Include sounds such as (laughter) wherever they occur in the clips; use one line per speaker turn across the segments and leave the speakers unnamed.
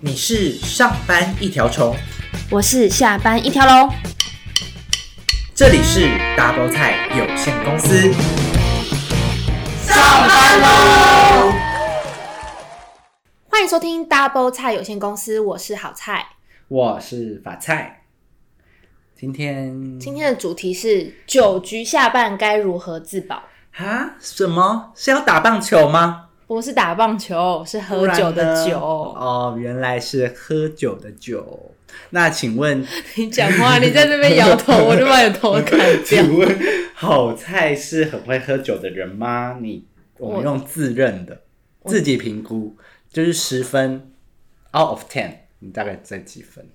你是上班一条虫，
我是下班一条龙。
这里是 Double 菜有限公司。
欢迎收听 Double 菜有限公司，我是好菜。
我是法菜。今天
今天的主题是酒局下半该如何自保，
啊，什么是要打棒球吗？
不是打棒球，是
不
喝酒
然
的
呢
酒。
哦，原来是喝酒的酒。那请
(laughs)
问，
你讲话，你在这边摇头，我就把你的头砍掉。
请问好菜是很会喝酒的人吗？你我们
我
用自认的，自己评估，就是十分 out of ten，你大概在几分？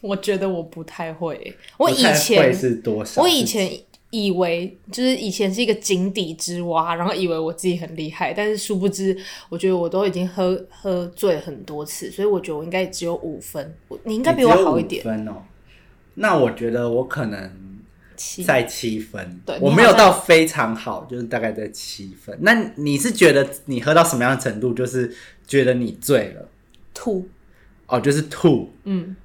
我觉得我不太会，我以
不太会
前
是多少？
我以前以为就是以前是一个井底之蛙，然后以为我自己很厉害，但是殊不知，我觉得我都已经喝喝醉很多次，所以我觉得我应该只有五分，我你应
应
该比我好一点，
分哦。那我觉得我可能
七
在七分，
对
我
你
没有
好像
到非常好，就是大概在七分。那你是觉得你喝到什么样的程度，就是觉得你醉了？
吐，
哦，就是吐。
嗯，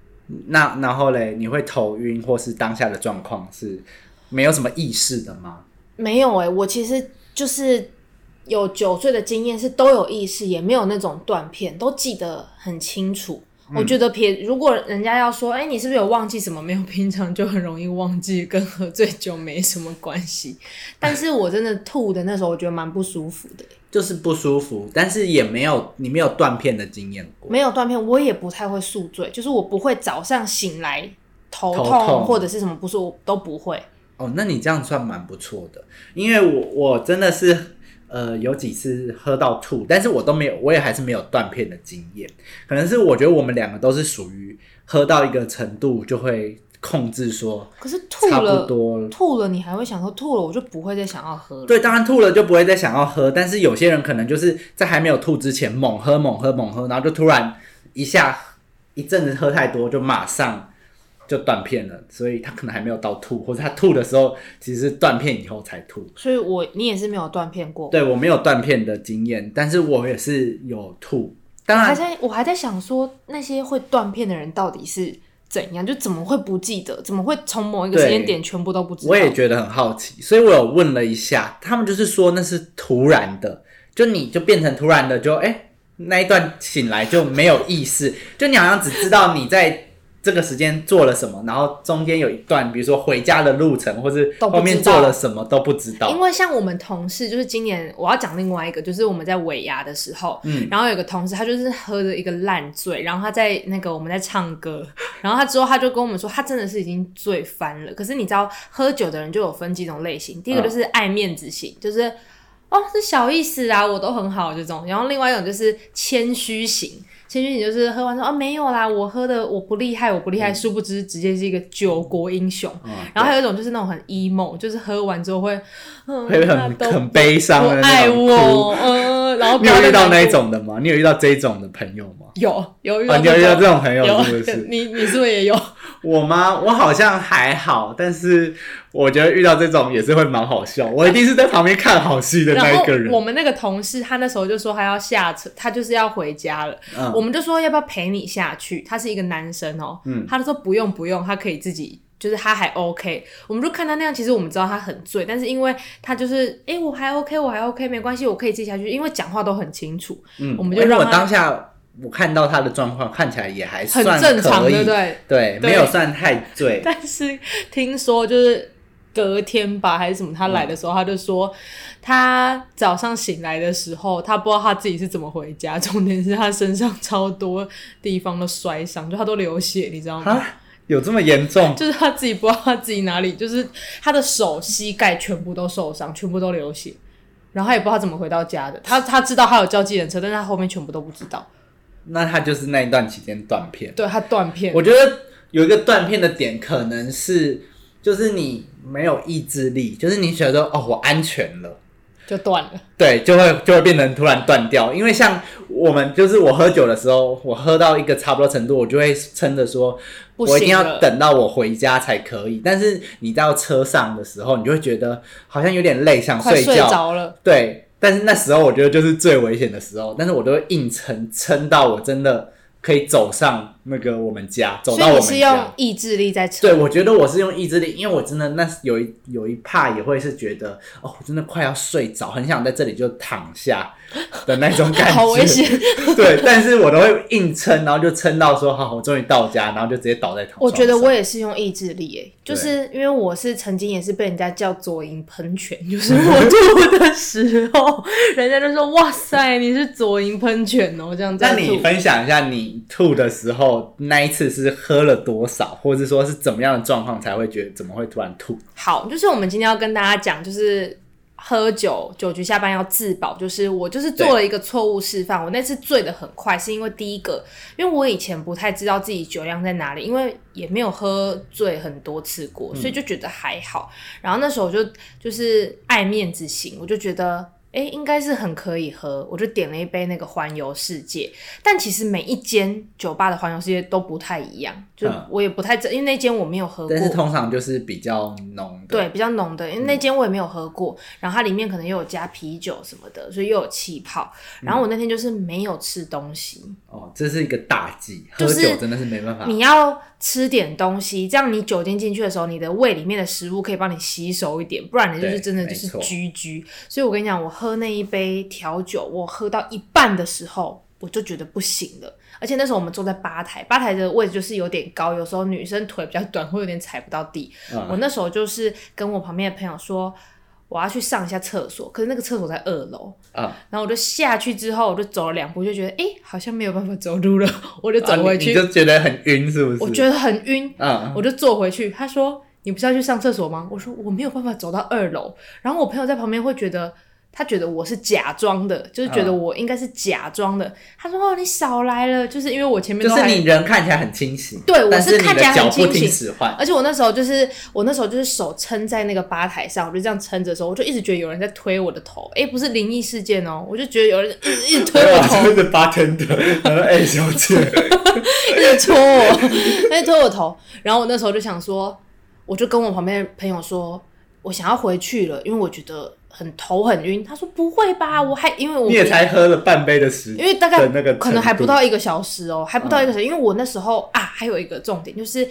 那然后嘞，你会头晕，或是当下的状况是没有什么意识的吗？
没有哎、我其实就是有酒醉的经验，是都有意识，也没有那种断片，都记得很清楚。
嗯
我觉得撇，如果人家要说，哎、你是不是有忘记什么？没有，平常就很容易忘记，跟喝醉酒没什么关
(laughs)
系。但是我真的吐的那时候，我觉得蛮不舒服的、
就是不舒服，但是也没有你没有断片的经验过。
没有断片，我也不太会宿醉，就是我不会早上醒来头痛
头痛
或者是什么不舒服，我都不会。
哦，那你这样算蛮不错的，因为我我真的是呃有几次喝到吐，但是我都没有，我也还是没有断片的经验。可能是我觉得我们两个都是属于喝到一个程度就会控制说
可是吐
差
了
不多了
吐了，你还会想说吐了，我就不会再想要喝了。
对，当然吐了就不会再想要喝，但是有些人可能就是在还没有吐之前猛喝猛喝猛喝，然后就突然一下一阵子喝太多，就马上就断片了，所以他可能还没有到吐，或者他吐的时候其实是断片以后才吐。
所以我你也是没有断片过。
对我没有断片的经验，但是我也是有吐。当
我还
然，
在我还在想说，那些会断片的人到底是怎样？就怎么会不记得？怎么会从某一个
对
时间点全部都不知道？
我也觉得很好奇，所以我有问了一下，他们就是说那是突然的，就你就变成突然的就，哎那一段醒来就没有意识，就你好像只知道你在。这个时间做了什么，然后中间有一段，比如说回家的路程，或是
都不知道
后面做了什么都不知道
因。为像我们同事，就是今年我要讲另外一个，就是我们在尾牙的时候，
嗯
然后有个同事他就是喝着一个烂醉，然后他在那个我们在唱歌，然后他之后他就跟我们说，他真的是已经醉翻了。可是你知道，喝酒的人就有分几种类型，第一个就是爱面子型，就是。哦，这小意思啊，我都很好这种。然后另外一种就是谦虚型，谦虚型就是喝完说啊没有啦，我喝的我不厉害，我不厉害，殊不知直接是一个酒国英雄。
嗯，
然后还有一种就是那种很 emo，就是喝完之后会，嗯，
会
那
很
都
很悲伤
不
的那
爱
种
我，嗯，然后
哭。
不
你
要
有
再
遇到
难
那一
过？
种的吗？你有遇到这一种的朋友吗？
有有遇
啊，
到
你有遇到这种朋友
有
是不是？
你你是不是也
(laughs)
有？
我吗？我好像还好，但是我觉得遇到这种也是会蛮好笑。我一定是在旁边看好戏的那
然
一
后
个人。
我们那个同事，他那时候就说他要下车，他就是要回家了。
嗯
我们就说要不要陪你下去？他是一个男生哦，
嗯
他就说不用不用，他可以自己，就是他还 OK。我们就看他那样，其实我们知道他很醉，但是因为他就是，哎、我还 OK，我还 OK，没关系，我可以自己下去，因为讲话都很清楚，
嗯
我们就
因为
让
我
他
当下我看到他的状况，看起来也还
很
算
正常，
可以
对不对？
对
对
没有算太醉。
(laughs) 但是听说就是隔天吧，还是什么，他来的时候、他就说，他早上醒来的时候，他不知道他自己是怎么回家，重点是他身上超多地方都摔伤，就他都流血，你知道吗？
啊，有这么严重？
就是他自己不知道他自己哪里，就是他的手、膝盖全部都受伤，全部都流血，然后他也不知道他怎么回到家的。他他知道他有叫计程车，但是他后面全部都不知道，
那他就是那一段期间断片。
对他断片。
我觉得有一个断片的点，可能是就是你没有意志力，就是你觉得哦，我安全了。
就断了，
对，就会就会变成突然断掉，因为像我们就是我喝酒的时候，我喝到一个差不多程度，我就会撑着说，
不
我一定
行
要
了。
等到我回家才可以。但是你到车上的时候，你就会觉得好像有点累，想
快
睡
睡
觉。
着了，
对，但是那时候我觉得就是最危险的时候，但是我都会硬撑，撑到我真的可以走上那个我们家，走
所
到
以
我
你
们
是
家
用。意志力在撑。
对，我觉得我是用意志力，因为我真的那有一有一怕也会是觉得，哦，我真的快要睡着，很想在这里就躺下的那种感觉。
好危险！
(laughs) 对，但是我都会硬撑，然后就撑到说好，我终于到家，然后就直接倒在床
我觉得
床上
我也是用意志力诶、就是因为我是曾经也是被人家叫左营喷泉，就是
嗯
我吐的时候， (laughs) 人家就说哇塞，你是左营喷泉哦，这样子
那
吐。
你分享一下你吐的时候那一次是喝了多少，或者说是怎么样的状况才会觉得怎么会突然吐？
好，就是我们今天要跟大家讲，就是喝酒酒局下班要自保，就是我就是做了一个错误示范。我那次醉的很快，是因为第一个，因为我以前不太知道自己酒量在哪里，因为也没有喝醉很多次
嗯
过，所以就觉得还好。然后那时候我就就是爱面子型，我就觉得。哎，应该是很可以喝，我就点了一杯那个环游世界，但其实每一间酒吧的环游世界都不太一样，就
嗯
我也不太知，因为那间我没有喝过。
但是通常就是比较浓的，嗯
对，比较浓的，因为那间我也没有喝过，然后它里面可能又有加啤酒什么的，所以又有气泡。
嗯
然后我那天就是没有吃东西，
哦，这是一个大忌，喝
就是
酒真的是没办法。
你要吃点东西，这样你酒精进去的时候，你的胃里面的食物可以帮你吸收一点，不然你就是
对
真的就
没
是
错
居居。所以我跟你讲，我喝那一杯调酒，我喝到一半的时候，我就觉得不行了。而且那时候我们坐在吧台，吧台的位置就是有点高，有时候女生腿比较短，会有点踩不到地。
嗯
我那时候就是跟我旁边的朋友说，我要去上一下厕所，可是那个厕所在二楼，
啊，
然后我就下去之后，我就走了两步，就觉得诶好像没有办法走路了， (laughs) 我就
啊
走
你
回去。
你就觉得很晕，是不是？
我觉得很晕，
嗯，
我就坐回去。他说：“你不是要去上厕所吗？”我说：“我没有办法走到二楼。”然后我朋友在旁边会觉得，他觉得我是假装的，就是觉得
嗯
我应该是假装的。他说：“哦，你少来了，就是因为我前面
就
都
是
还
你人看起来很清醒，
对我
但
是
是你
看起来
的脚
很
不
清
听
醒
使唤，
而且我那时候就是，我那时候就是手撑在那个吧台上，我就这样撑着的时候，我就一直觉得有人在推我的头。诶，不是灵异事件哦，我就觉得有人一 (coughs) 直一直推我头，
啊是八天的， (laughs) 然后哎，小
(laughs)
姐，
一直戳我，他就推我 (laughs) 头。然后我那时候就想说，我就跟我旁边的朋友说，我想要回去了，因为我觉得很头很晕。他说不会吧，我还因为我
你也才喝了半杯的时，
因为大概
的那个
可能还不
程度嗯
到一个小时哦，还不到一个小时，因为我那时候啊，还有一个重点就是，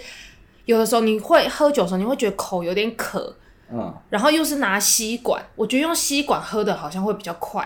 有的时候你会喝酒的时候，你会觉得口有点渴，
嗯，
然后又是拿吸管，我觉得用吸管喝的好像会比较快，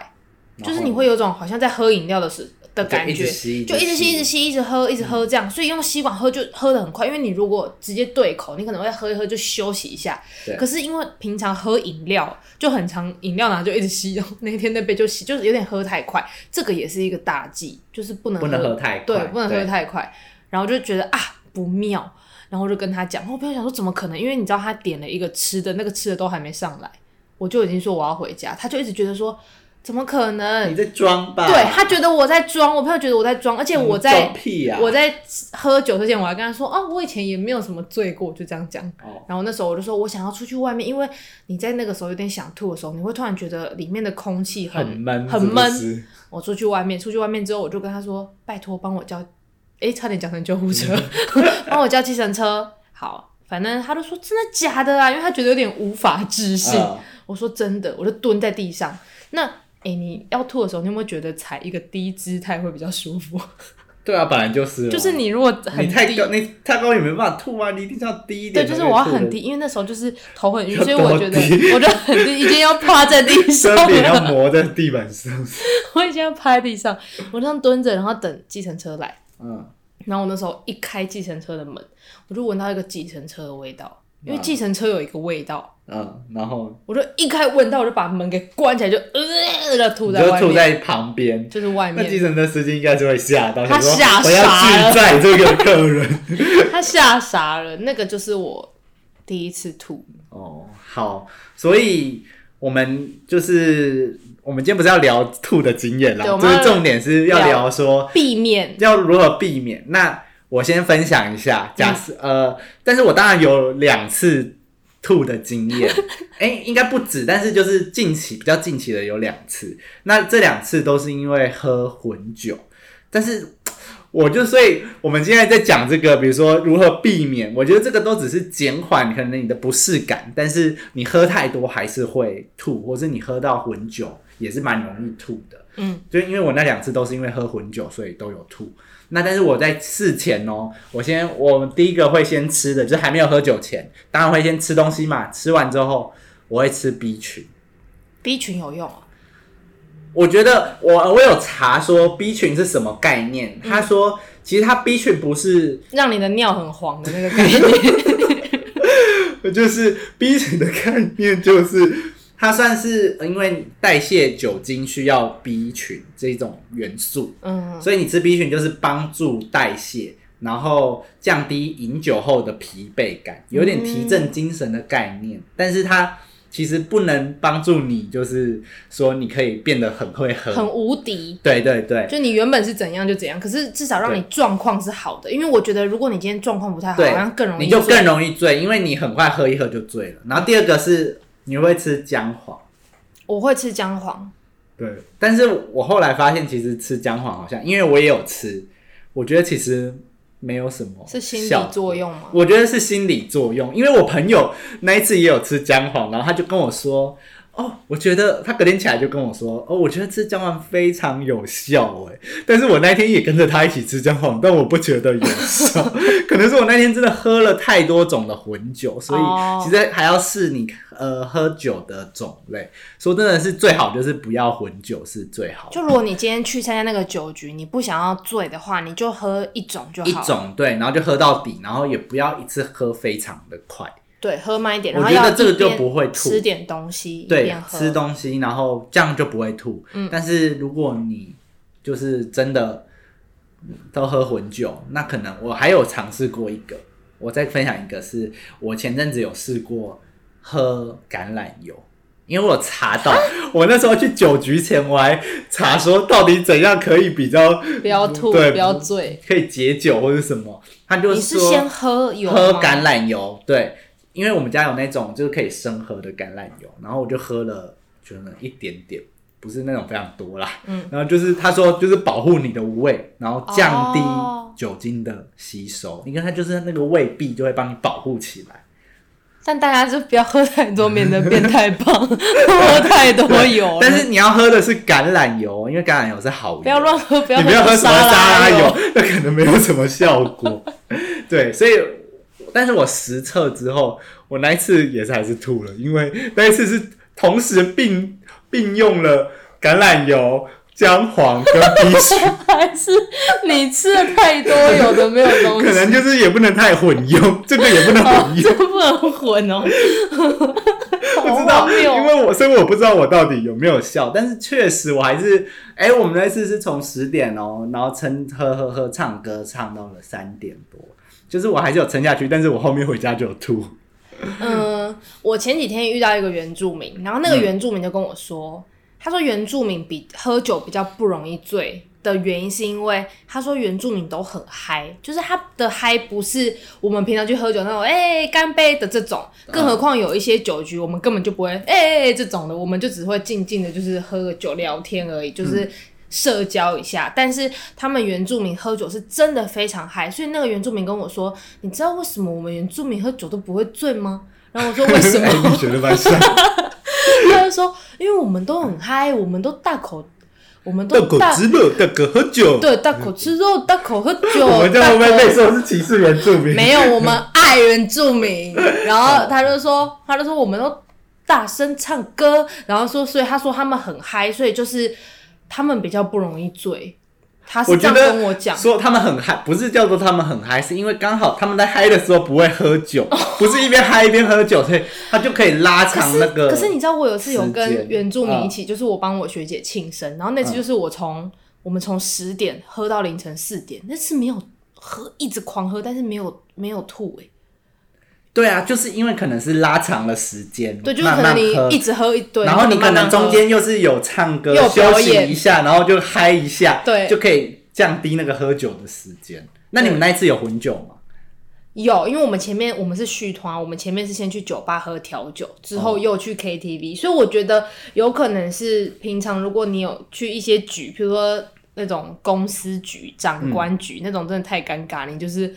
然后
就是你会有一种好像在喝饮料的时的感
就一
觉
直，吸，嗯
就一直吸，一直吸，一直喝，一直喝这样，所以用吸管喝就喝的很快，因为你如果直接对口，你可能会喝一喝就休息一下
对。
可是因为平常喝饮料就很常饮料拿就一直吸，然后那天那杯就吸，就是有点喝太快，这个也是一个大忌，就是不能
不能喝太快，
对，不能喝太快。然后就觉得啊不妙，然后就跟他讲，我朋友想说怎么可能？因为你知道他点了一个吃的，那个吃的都还没上来，我就已经说我要回家，他就一直觉得说怎么可
你
能？
在装吧？
对他觉得我在装，我朋友觉得我在装，而且我在、
装屁啊呀、
我在喝酒之前，我还跟他说啊，我以前也没有什么醉过，就这样讲。
哦，
然后那时候我就说，我想要出去外面，因为你在那个时候有点想吐的时候，你会突然觉得里面的空气很
很闷，
很
是不
闷
是
我出去外面，出去外面之后，我就跟他说：“拜托，帮我叫，诶，差点讲成救护车， (laughs) 帮我叫计程车。”好，反正他就说：“真的假的啊？”因为他觉得有点无法置信。
嗯
我说：“真的。”我就蹲在地上。那诶，你要吐的时候，你有没有觉得踩一个低姿态会比较舒服？
对啊，本来就是嘛，
就是你如果
你
很
太
低，
高，你太高也没办法吐啊，你一定是要低一点才
对，就
可以吐
是
的。
我要很低，因为那时候就是头很
(laughs)
晕，
要
所以
多
我觉得
低
我就很低，已经要趴在地上
身体要
了，
磨在地板上。
(laughs) 我已经要趴在地上，我这样蹲着，然后等计程车来。
(laughs) 嗯，
然后我那时候一开计程车的门，我就闻到一个计程车的味道，因为
嗯
计程车有一个味道，
嗯，然后
我就一开闻到我就把门给关起来，就呃的吐
你
在
就
外
吐
面，
在旁边。
就是外
那计
面，
程车司机应该就会吓到，
他
想说
吓傻
我要
了
拒载这个客
(laughs)
人。
他吓傻了。那个就是我第一次吐，
哦，好，所以我们就是我们今天不是要聊吐的经验啦，
对我
就
们要
是重点是要聊说
避免
要如何避免。那我先分享一下，假设、呃，但是我当然有两次吐的经验，哎、应该不止，但是就是近期比较近期的有两次。那这两次都是因为喝混酒，但是我就所以我们现在在讲这个，比如说如何避免，我觉得这个都只是减缓可能你的不适感，但是你喝太多还是会吐，或是你喝到混酒也是蛮容易吐的。
嗯，
就因为我那两次都是因为喝混酒，所以都有吐。那但是我在事前哦，我先我们第一个会先吃的，就是还没有喝酒前，当然会先吃东西嘛。吃完之后，我会吃 B 群。
B 群有用哦，
我觉得我我有查说 B 群是什么概念，他说其实它 B 群不是，
让你的尿很黄的那个
(laughs)
概念。
就是 B 群的概念就是它算是因为代谢酒精需要 B 群这种元素，
嗯，
所以你吃 B 群就是帮助代谢，然后降低饮酒后的疲惫感，有点提
嗯
振精神的概念。但是它其实不能帮助你，就是说你可以变得很会喝。
很无敌。
对对对
就你原本是怎样就怎样，可是至少让你状况是好的，因为我觉得如果你今天状况不太好，好
对
像更容易
你就
醉
更容易醉，因为你很快喝一喝就醉了。然后第二个是你会吃姜黄。
我会吃姜黄，
对，但是我后来发现，其实吃姜黄好像，因为我也有吃，我觉得其实没有什么
是心
效
理
果
作用吗？
我觉得是心理作用，因为我朋友那一次也有吃姜黄，然后他就跟我说，哦，我觉得他隔天起来就跟我说，哦，我觉得吃姜黄非常有效，哎，但是我那天也跟着他一起吃姜黄，但我不觉得有效，可能是我那天真的喝了太多种的混酒，所
哦
以其实还要试你呃喝酒的种类，说真的是最好就是不要混酒是最好的
就如果你今天去参加那个酒局，你不想要醉的话，你就喝一种就好。
一种对，然后就喝到底，然后也不要一次喝非常的快。
对，喝慢一点，
我
然后
觉
要
得这个
一边
就不会吐
吃点东西，一
对
边，喝嗯
吃东西，然后这样就不会吐。但是如果你就是真的都喝混酒，那可能我还有尝试过一个，我再分享一个是，我前阵子有试过喝橄榄油。因为我有查
啊
到，我那时候去酒局前，我还查说到底怎样可以比较
不要吐，
对
不要醉。
可以解酒或者什么。他就
你是
说
先喝油吗
喝橄榄油，对，因为我们家有那种就是可以生喝的橄榄油，然后我就喝了，就那一点点，不是那种非常多啦，
嗯，
然后就是他说就是保护你的胃，然后降低
哦
酒精的吸收，因为它就是那个胃壁就会帮你保护起来。
但大家就不要喝太多，免得变太
(laughs)
胖，喝太多油了。
但是你要喝的是橄榄油，因为橄榄油是好油，
不要乱喝，不要
你不要喝什么
沙
沙拉
油。
油， (laughs) 那可能没有什么效果。对，所以，但是我实测之后，我那一次也是还是吐了，因为那一次是同时并并用了橄榄油、姜黄跟
(laughs)
B 群，
还是你吃了太多有的没有东
(laughs)
西
可，能就是也不能太混用，这个也不能混用。
这不能混哦。
(laughs) 不
好
知道，
荒
因
谬！哦
为我所以我不知道我到底有没有效，但是确实我还是，哎、我们那次是从十点哦，然后撑喝喝喝唱歌唱到了三点多，就是我还是有撑下去，但是我后面回家就有吐，
嗯，我前几天遇到一个原住民，然后那个原住民就跟我说，他说原住民比喝酒比较不容易醉的原因，是因为他说原住民都很嗨，就是他的嗨不是我们平常去喝酒那种哎、干杯的这种，更何况有一些酒局，我们根本就不会哎、这种的，我们就只会静静的，就是喝个酒聊天而已，就是。社交一下，但是他们原住民喝酒是真的非常嗨，所以那个原住民跟我说：“你知道为什么我们原住民喝酒都不会醉吗？”然后我说：“为
(laughs)
什么？”
哎你觉得蛮像，
他就说，因为我们都很嗨，我们都大口，我们
大
都
口
大
吃肉，大口喝酒，
对大口吃肉，大口
(laughs)
喝酒，
我们这样会不会
大口
被说是歧视原住民？
没有，我
(laughs)
们爱原住民。然后他就说，他就说我们都大声唱歌，然后说，所以他说他们很嗨，所以就是他们比较不容易醉。他是
我
这
觉
样
得
跟我讲，
说他们很嗨，不是叫做他们很嗨，是因为刚好他们在嗨的时候不会喝酒，不是一边嗨一边喝酒，所以他就可以拉
可
长
是
那个。
可是你知道我有次有
时
跟
间嗯
原住民一起，就是我帮我学姐庆生，然后那次就是我从、我们从十点喝到凌晨四点，那次没有喝，一直狂喝，但是没有没有吐哎、欸
对啊，就是因为可能是拉长了时间，
对，就是
慢
可
慢
能你
喝
一直喝一堆，
然后你可
慢慢
能
喝
中间又是有唱歌
又有
休
表
息
演
一下，然后就嗨一下，
对
就可以降低那个喝酒的时间。那你们那一次有混酒吗？
有，因为我们前面我们是续团，我们前面是先去酒吧喝调酒，之后又去 KTV，、所以我觉得有可能是平常如果你有去一些局，比如说那种公司局、长官局、那种，真的太尴尬，你就是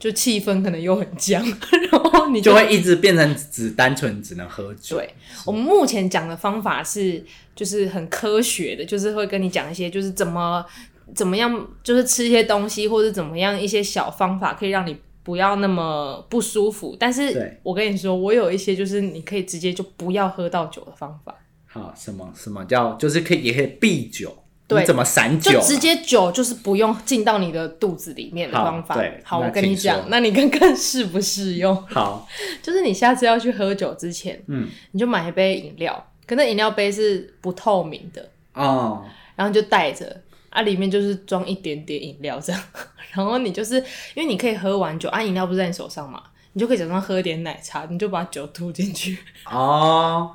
就气氛可能又很僵， (laughs) 然后你
就会一直变成只单纯只能喝酒。
对，我们目前讲的方法是，就是很科学的，就是会跟你讲一些，就是怎么怎么样，就是吃一些东西，或者怎么样一些小方法，可以让你不要那么不舒服。但是
对
我跟你说，我有一些就是你可以直接就不要喝到酒的方法，
好，什么什么叫就是可以也可以避酒，
对
你怎么散酒、
就
啊？
直接酒就是不用进到你的肚子里面的
好
方法。
对
好，
那
我跟你
请说
讲，那你看看适不适用。
好，
就是你下次要去喝酒之前，
嗯，
你就买一杯饮料，可那饮料杯是不透明的，
哦，
然后就带着啊，里面就是装一点点饮料这样， (laughs) 然后你就是因为你可以喝完酒啊，饮料不是在你手上嘛，你就可以假装喝点奶茶，你就把酒吐进去，
哦，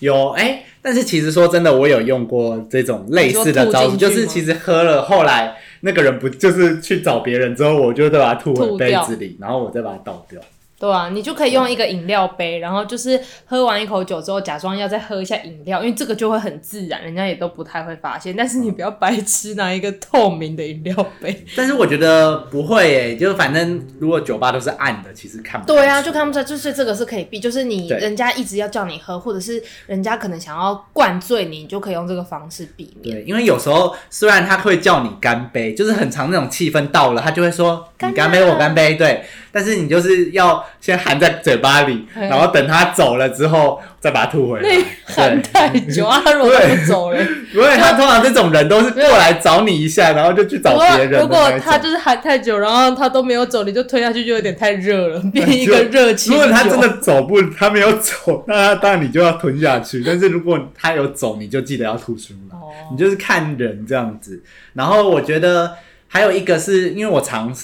有哎、但是其实说真的，我有用过这种类似的招数，
你
就
说吐进
是
去吗
其实喝了，后来那个人不就是去找别人之后，我就再把它吐回
吐
杯
掉
子里，然后我再把它倒掉。
对啊，你就可以用一个饮料杯，然后就是喝完一口酒之后，假装要再喝一下饮料，因为这个就会很自然，人家也都不太会发现。但是你不要白痴拿一个透明的饮料
(laughs)
杯，
但是我觉得不会诶、就反正如果酒吧都是暗的，其实看不
对
太
啊，就看不出来，就是这个是可以避，就是你
对
人家一直要叫你喝，或者是人家可能想要灌醉你，你就可以用这个方式避免。
对，因为有时候虽然他会叫你干杯，就是很常那种气氛到了，他就会说
干
你
啊
干杯，我干杯，对。但是你就是要先含在嘴巴里，
嗯
然后等他走了之后再把它吐回来。
(laughs) 那喊
对，
太久啊，他如果
对
不走人，
因为他通常这种人都是过来找你一下，然后就去找
如
别
果
人的
如果他
那种。
就是喊太久，然后他都没有走，你就推下去就有点太热了，变
(laughs)
一
就
个热气
如
球。
果他真的走不，他没有走，那他当然你就要吞下
(laughs)
去。但是如果他有走，你就记得要吐出来。
哦
你就是看人这样子。然后我觉得还有一个是因为我常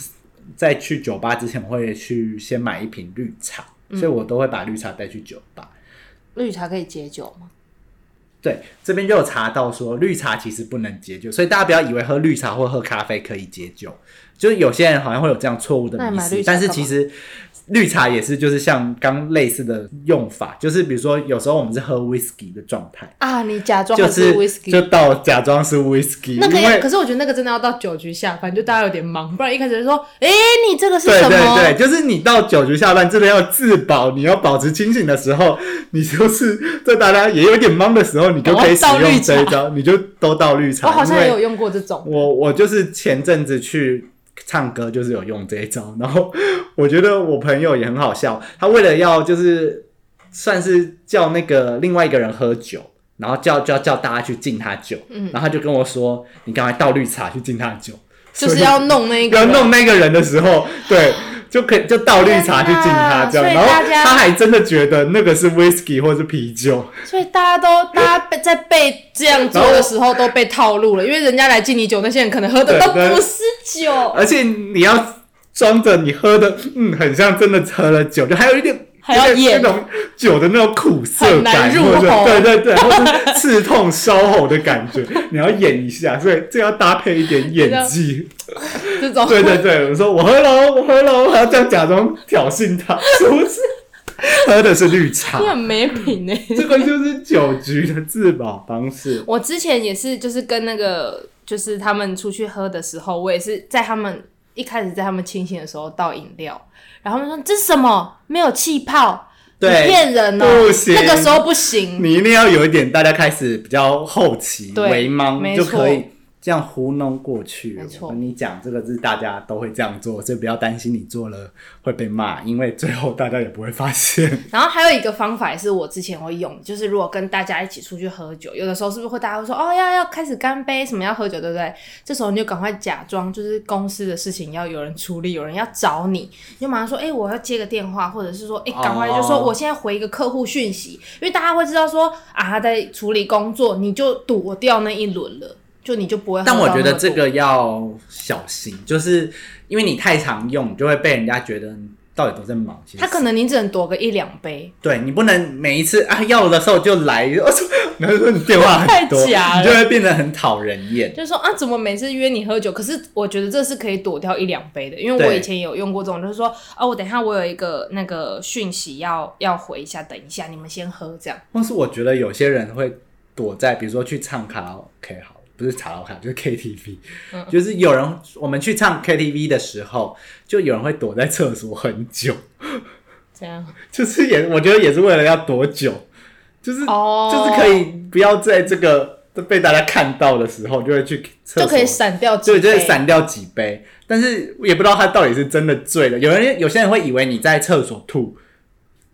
在去酒吧之前会去先买一瓶绿茶，所以我都会把绿茶带去酒吧。
绿茶可以解酒吗？
对，这边就有查到说绿茶其实不能解酒，所以大家不要以为喝绿茶或喝咖啡可以解酒，就是有些人好像会有这样错误的
那你
迷
买绿
思，
茶
但是
干
其
嘛
实绿茶也是就是像刚类似的用法，就是比如说有时候我们是喝 whisky 的状态，
啊，你假装
就
还
是
whisky，
就到假装是 whisky，
那可
因为
以，可是我觉得那个真的要到酒局下，反正就大家有点忙，不然一开始就说，哎、你这个是
对
什么？
对对，就是你到酒局下半，真的要自保，你要保持清醒的时候，你就是在大家也有点懵的时候，你就可以使
哦倒绿
用
茶
这一招，你就都倒绿茶。
我好像也
因为
有用过这种，
我我就是前阵子去唱歌，就是有用这一招，然后我觉得我朋友也很好笑，他为了要就是算是叫那个另外一个人喝酒。然后叫叫叫大家去敬他酒，
嗯
然后他就跟我说：“你赶快倒绿茶去敬他酒。”
就是要弄那
(laughs)
个
要弄那个人的时
(laughs)
候，对，就可以就倒绿茶去敬他这样，
天
然
哪
后
所以大家
他还真的觉得那个是 whisky 或是啤酒，
所以大家都，大家被在被这样做的时候都被套路了，因为人家来敬你酒，那些人可能喝的
对
都
对
不是酒，
而且你要装着你喝的，嗯，很像真的喝了酒，就还有一点。
还要
有点
演
那种酒的那种苦涩感，
很难入
或者
喉
对对对，或是刺痛烧喉的感觉， (laughs) 你要演一下，所以这要搭配一点演
(laughs)
技。
这种
对对对，我说我喝了，我喝了，我还要这样假装挑衅他，是不
(laughs)
是？喝的是绿茶，
你很没品呢、
这个就是酒局的自保方式。
(laughs) 我之前也是，就是跟那个，就是他们出去喝的时候，我也是在他们一开始在他们清醒的时候倒饮料，然后他们说这是什么没有气泡，你
对
骗人哦、
不行
那个时候
(laughs)
不行，
你一定要有一点，大家开始比较后期
对
为
没
盲就
错
可以这样糊弄过去。
没错
我跟你讲，这个是大家都会这样做，所以不要担心你做了会被骂，因为最后大家也不会发
(laughs)
现。
然后还有一个方法也是我之前会用，就是如果跟大家一起出去喝酒，有的时候是不是会大家会说哦要要开始干杯，什么要喝酒，对不对？这时候你就赶快假装就是公司的事情要有人处理，有人要找你，你就马上说哎、我要接个电话，或者是说哎、赶快就说
哦
我现在回一个客户讯息，因为大家会知道说啊他在处理工作，你就躲掉那一轮了，就你就不会喝到
但
那么
我
多。
觉得这个要小心，就是因为你太常用，你就会被人家觉得你到底都在忙些什么。
他可能你只能躲个一两杯，
对你不能每一次啊要的时候就来，我说然后说你电话很多，
太假了
你就会变得很讨人厌。
就是说啊，怎么每次约你喝酒？可是我觉得这是可以躲掉一两杯的，因为我
对
以前也有用过这种，就是说啊，我等一下我有一个那个讯息要要回一下，等一下你们先喝这样。
嗯
或是我觉得有些人会躲在，比如说去唱卡拉 OK 好了，不是卡拉 OK，就是 KTV，、就是有人我们去唱 KTV 的时候，就有人会躲在厕所很久， (laughs)
这样
就是也我觉得也是为了要躲久，就是、
哦
就是可以不要在这个被大家看到的时候就会去厕
就
所
可以闪掉
啊
几
所以
杯，
就会散掉几杯，但是也不知道他到底是真的醉了。有人有些人会以为你在厕所吐，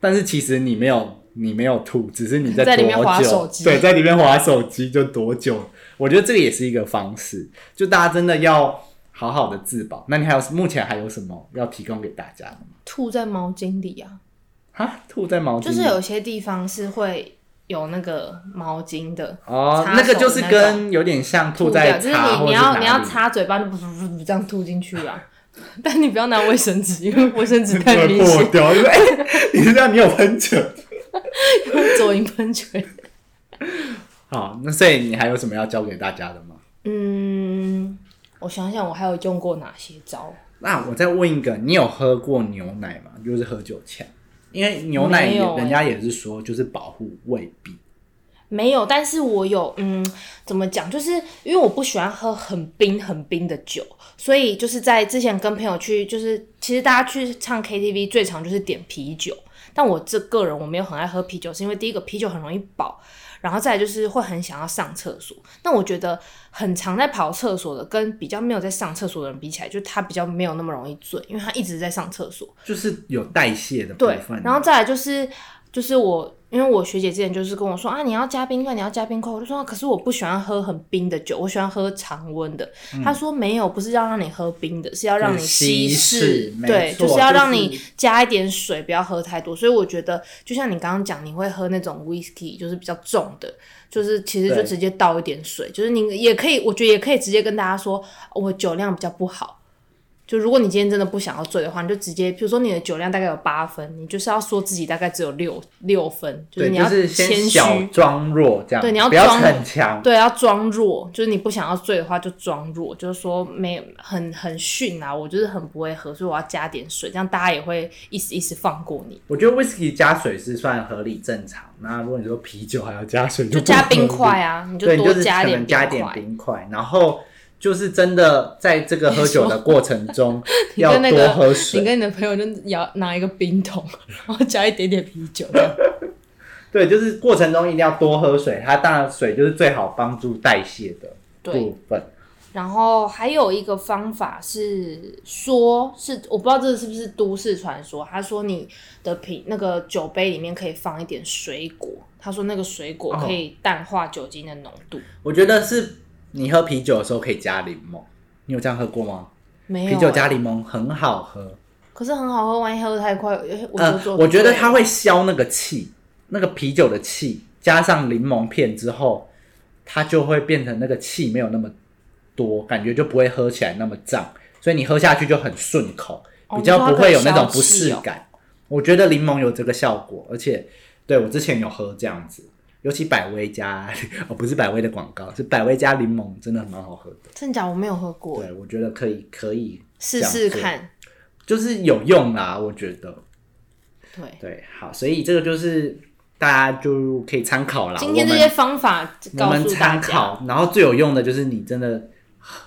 但是其实你没有，你没有吐，只是你在
在里面
多
滑
久？
手机
对，在里面划手机就多久？我觉得这个也是一个方式，就大家真的要好好的自保。那你还有目前还有什么要提供给大家的吗？
吐在毛巾里啊，
啊，吐在毛巾里
就是有些地方是会有那个毛巾的，
哦，
插手
那个就是
那
跟有点像吐
吐
在
掉，就是
茶
你
或
你
是
要
哪
你要
里
擦嘴巴就不不不不这样吐进去啊，但你不要拿卫生纸，因为卫生纸太
会
明
(laughs) 破
显，
掉，因为、哎你知道你有喷酒。
左营喷泉。
好，那所以你还有什么要教给大家的吗？
嗯，我想想，我还有用过哪些招？
那我再问一个，你有喝过牛奶吗？就是喝酒前，因为牛奶
没
也、
有欸
人家也是说就是保护胃壁。
没有，但是我有，嗯，怎么讲？就是因为我不喜欢喝很冰很冰的酒，所以就是在之前跟朋友去，就是其实大家去唱 KTV 最常就是点啤酒，但我这个人我没有很爱喝啤酒，是因为第一个啤酒很容易饱，然后再来就是会很想要上厕所。那我觉得很常在跑厕所的跟比较没有在上厕所的人比起来，就他比较没有那么容易醉，因为他一直在上厕所。
就是有代谢的部
对
分，，
然后再来就是就是我，因为我学姐之前就是跟我说啊，你要加冰块，你要加冰块，我就说、啊可是我不喜欢喝很冰的酒，我喜欢喝常温的。她说没有，不是要让你喝冰的，是要让你
就是嗯稀
释
释，没
对，
错
就是要让
就是
你加一点水，不要喝太多。所以我觉得，就像你刚刚讲，你会喝那种 whisky，就是比较重的。就是其实就
对
直接倒一点水，就是你也可以，我觉得也可以直接跟大家说，我酒量比较不好，就如果你今天真的不想要醉的话，你就直接，比如说你的酒量大概有八分，你就是要说自己大概只有六六分，就是
对，
你
就
要
是
谦
先
虚，
小装弱这样，
对你要
不要
装
逞强。
对，要装弱，就是你不想要醉的话就装弱，就是说没很很逊啊，我就是很不会喝，所以我要加点水，这样大家也会一时一时放过你，
我觉得 whisky 加水是算合理正常。那如果你说啤酒还要加水不
就加
合理
冰块啊，你
对，你
多
就是
加
可
一
能
点
加一
冰
点
块。
冰块，然后就是真的在这个喝酒的过程中要
跟那
多
个
喝
(laughs) 你
水。
跟你的朋友就摇拿一个冰桶， (laughs) 然后加一点点啤酒这样。
对，就是过程中一定要多喝水，它当然水就是最好帮助代谢的
对
部分。
然后还有一个方法是说，是我不知道这是不是都市传说。他说你的瓶那个酒杯里面可以放一点水果，他说那个水果
哦
可以淡化酒精的浓度。
我觉得是你喝啤酒的时候可以加柠檬，你有这样喝过吗？
没有、欸
啤酒加柠檬很好喝，
可是很好喝，万一喝得太快，呃我就
呃
做、，
我觉得它会消那个气，那个啤酒的气，加上柠檬片之后，它就会变成那个气没有那么多，感觉就不会喝起来那么胀，所以你喝下去就很顺口，
哦
比较不会有那种不
你
适
说它可以消哦
感。我觉得柠檬有这个效果，而且对我之前有喝这样子，尤其百威加 (laughs) 哦，不是百威的广告，是百威加柠檬，真的蛮好喝的。
真假我没有喝过，
对，我觉得可以，可以
试
这样
试
做，
看。
就是有用啦，我觉得。
对，
对，好，所以这个就是大家就可以参考啦。
今天这些方法
我们我
告
们
诉大
参
家，
考，然后最有用的就是你真的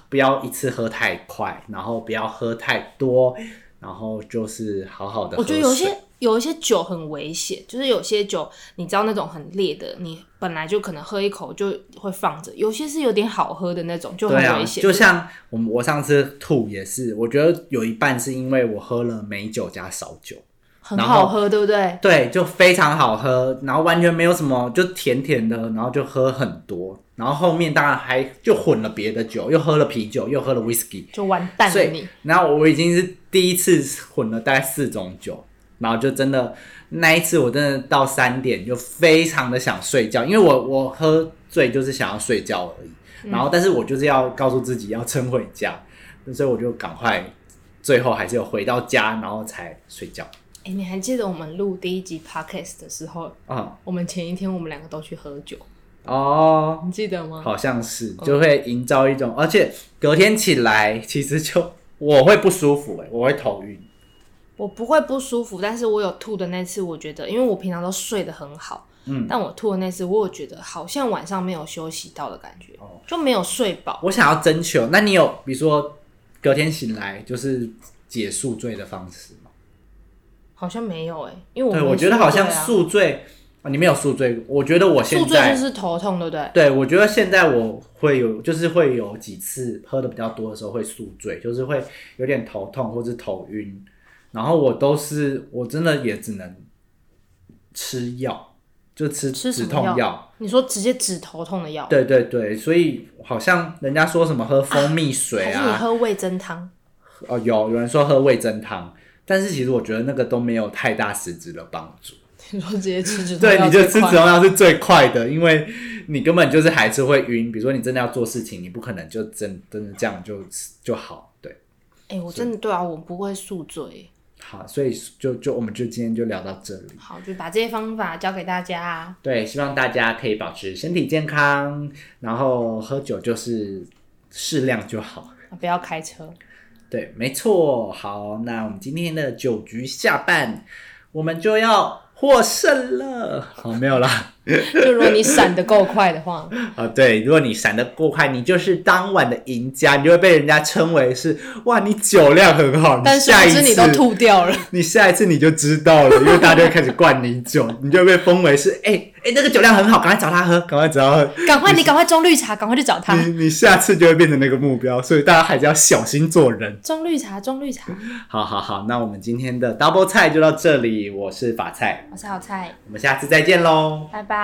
不要一次喝太快，然后不要喝太多，然后就是好好的。
我觉得有一些有一些酒很危险，就是有些酒你知道那种很烈的，你本来就可能喝一口就会放着；有些是有点好喝的那种，就很
对啊，
危险。
就像我们我上次吐也是，我觉得有一半是因为我喝了美酒加烧酒，
很
然
好
后
喝，对不对？
对，就非常好喝，然后完全没有什么，就甜甜的，然后就喝很多，然后后面当然还就混了别的酒，又喝了啤酒，又喝了 whisky，
就完蛋
所
了
以，
你。
然后我已经是第一次混了大概四种酒，然后就真的那一次我真的到三点就非常的想睡觉，因为我我喝醉就是想要睡觉而已。然后但是我就是要告诉自己要撑回家，所以我就赶快最后还是有回到家，然后才睡觉。
哎、你还记得我们录第一集 podcast 的时候，
啊、
我们前一天我们两个都去喝酒，
哦，
你记得吗？
好像是就会营造一种，而且隔天起来其实就我会不舒服、欸，我会头晕。
我不会不舒服，但是我有吐的那次，我觉得因为我平常都睡得很好，
嗯
但我吐的那次，我有觉得好像晚上没有休息到的感觉，
哦
就没有睡饱。
我想要征求，那你有比如说隔天醒来就是解宿醉的方式吗？
好像没有哎、因为我
对，
没
我觉得好像
宿醉啊
宿醉，啊你没有宿醉，我觉得我现
宿
在
醉就是头痛，对不对？
对，我觉得现在我会有，就是会有几次喝的比较多的时候会宿醉，就是会有点头痛或是头晕，然后我都是我真的也只能吃药，就吃
吃什
止
么
痛药。
你说直接止头痛的药，
对对对，所以好像人家说什么喝蜂蜜水
还是你
啊，
喝味增汤？ (laughs)
哦有有人说喝味增汤，但是其实我觉得那个都没有太大实质的帮助。
你说直接吃止痛药
对，你就吃
最
止
快
痛药是最快的，因为你根本就是还是会晕。比如说你真的要做事情，你不可能就真真的这样就就好。对，
哎、我真的对啊，我不会宿醉欸、
好，所以就就我们就今天就聊到这里。
好，就把这些方法教给大家啊。
对，希望大家可以保持身体健康，然后喝酒就是适量就好。
不要开车，
对，没错。好，那我们今天的酒局下半，我们就要获胜了。好，没有啦。 (laughs)
就如果你闪得够快的话，
啊，对，如果你闪得过快，你就是当晚的赢家，你就会被人家称为是哇，你酒量很好。你
但殊
下
不
一
知
次
你都，吐掉
(laughs)
了。
你下一次你就知道了，因为大家就会开始灌你酒， (laughs) 你就会被封为是哎哎、那个酒量很好，赶快找他喝，赶快找他喝。
赶快你赶快装绿茶，赶快去找他。
(laughs) 你你下次就会变成那个目标，所以大家还是要小心做人。
装绿茶，装绿茶。
好好好，那我们今天的 Double 菜就到这里，我是法菜，
我是好菜，
我们下次再见喽。
拜拜。